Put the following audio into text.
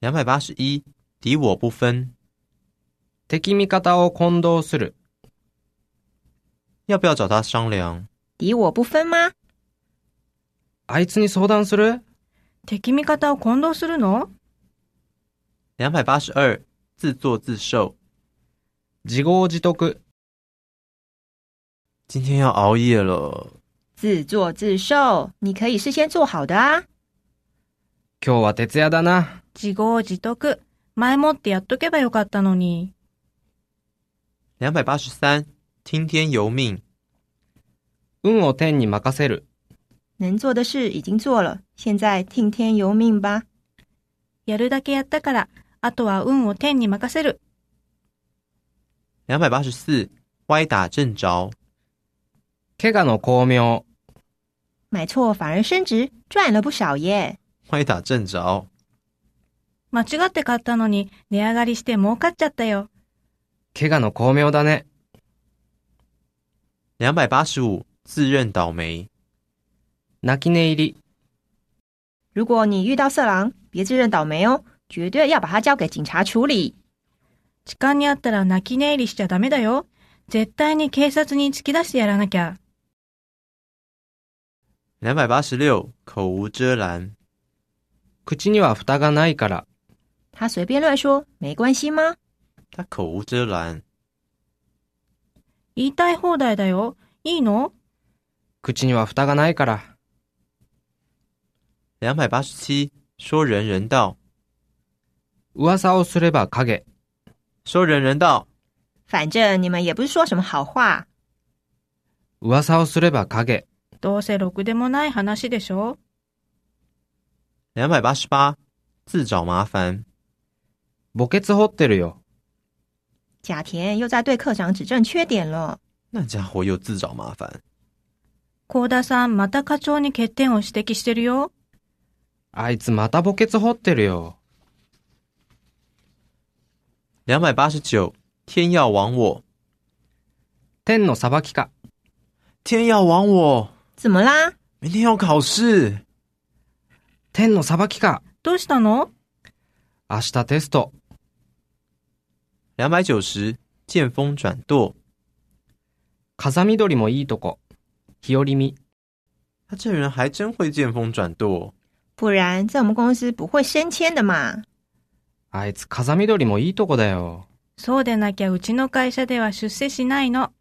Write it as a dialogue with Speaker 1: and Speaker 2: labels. Speaker 1: 两百八十一，敌我不分，
Speaker 2: 敵味方を混同する。
Speaker 1: 要不要找他商量？
Speaker 3: 敌我不分吗？
Speaker 2: あいつに相談する
Speaker 3: 敵味方を混同するの
Speaker 1: 两百八十二，自作自受。
Speaker 2: 自業自得。
Speaker 1: 今天要熬夜了，
Speaker 3: 自作自受，你可以事先做好的啊。
Speaker 2: 今日は徹夜だな。
Speaker 3: 自業自得。前もってやっとけばよかったのに。
Speaker 1: 两百八十三，听天由命。
Speaker 2: 運を天に任せる。
Speaker 3: 能做的事已经做了，现在听天由命吧。やるだけやったから、あとは運を天に任せる。
Speaker 1: 两百八十四，歪打正着。
Speaker 2: 怪我の巧妙。
Speaker 3: 买错反而升值，赚了不少耶。
Speaker 1: 歪打正着，
Speaker 3: 間違って買ったのに値上がりして儲かっちゃったよ。
Speaker 2: 怪我の巧妙だね。
Speaker 1: 两百八十五，自认倒霉。
Speaker 2: 泣き寝入り。
Speaker 3: 如果你遇到色狼，别自认倒霉哦，绝对要把他交给警察处理。痴漢にあったら泣き寝入りしちゃダメだよ。絶対に警察に突き出してやらなきゃ。
Speaker 1: 两百八十六，口无遮拦。
Speaker 2: 口には蓋がないから。
Speaker 3: 他随便乱说，没关系吗？
Speaker 1: 他口无遮拦，
Speaker 3: 言いたい放題だよ。いいの
Speaker 2: 口には蓋がないから。
Speaker 1: 两百八十七，说人人道，
Speaker 2: 噂をすれば影。
Speaker 1: 说人人道，
Speaker 3: 反正你们也不是说什么好话。
Speaker 2: 噂をすれば影。
Speaker 3: どうせろくでもない話でしょ。
Speaker 1: 两百八十八，自找麻烦。
Speaker 2: 墓穴掘ってるよ。
Speaker 3: 贾田又在对课长指正缺点了。
Speaker 1: 那家伙又自找麻烦。
Speaker 3: 高田さん、また課長に欠点を指摘してるよ。
Speaker 2: あいつまた墓穴掘ってるよ。
Speaker 1: 两百八十九，天要亡我，
Speaker 2: 天の裁きか。
Speaker 1: 天要亡我，
Speaker 3: 怎么啦？
Speaker 1: 明天要考试。
Speaker 2: 天の裁きか。
Speaker 3: どうしたの
Speaker 2: 明日テスト。
Speaker 1: 两百九十，见风转舵。
Speaker 2: 風緑もいいとこ。日和見。
Speaker 1: 他这人还真会见风转舵。
Speaker 3: 不然在我们公司不会升迁的嘛。
Speaker 2: あいつ風緑もいいとこだよ。
Speaker 3: そうでなきゃうちの会社では出世しないの。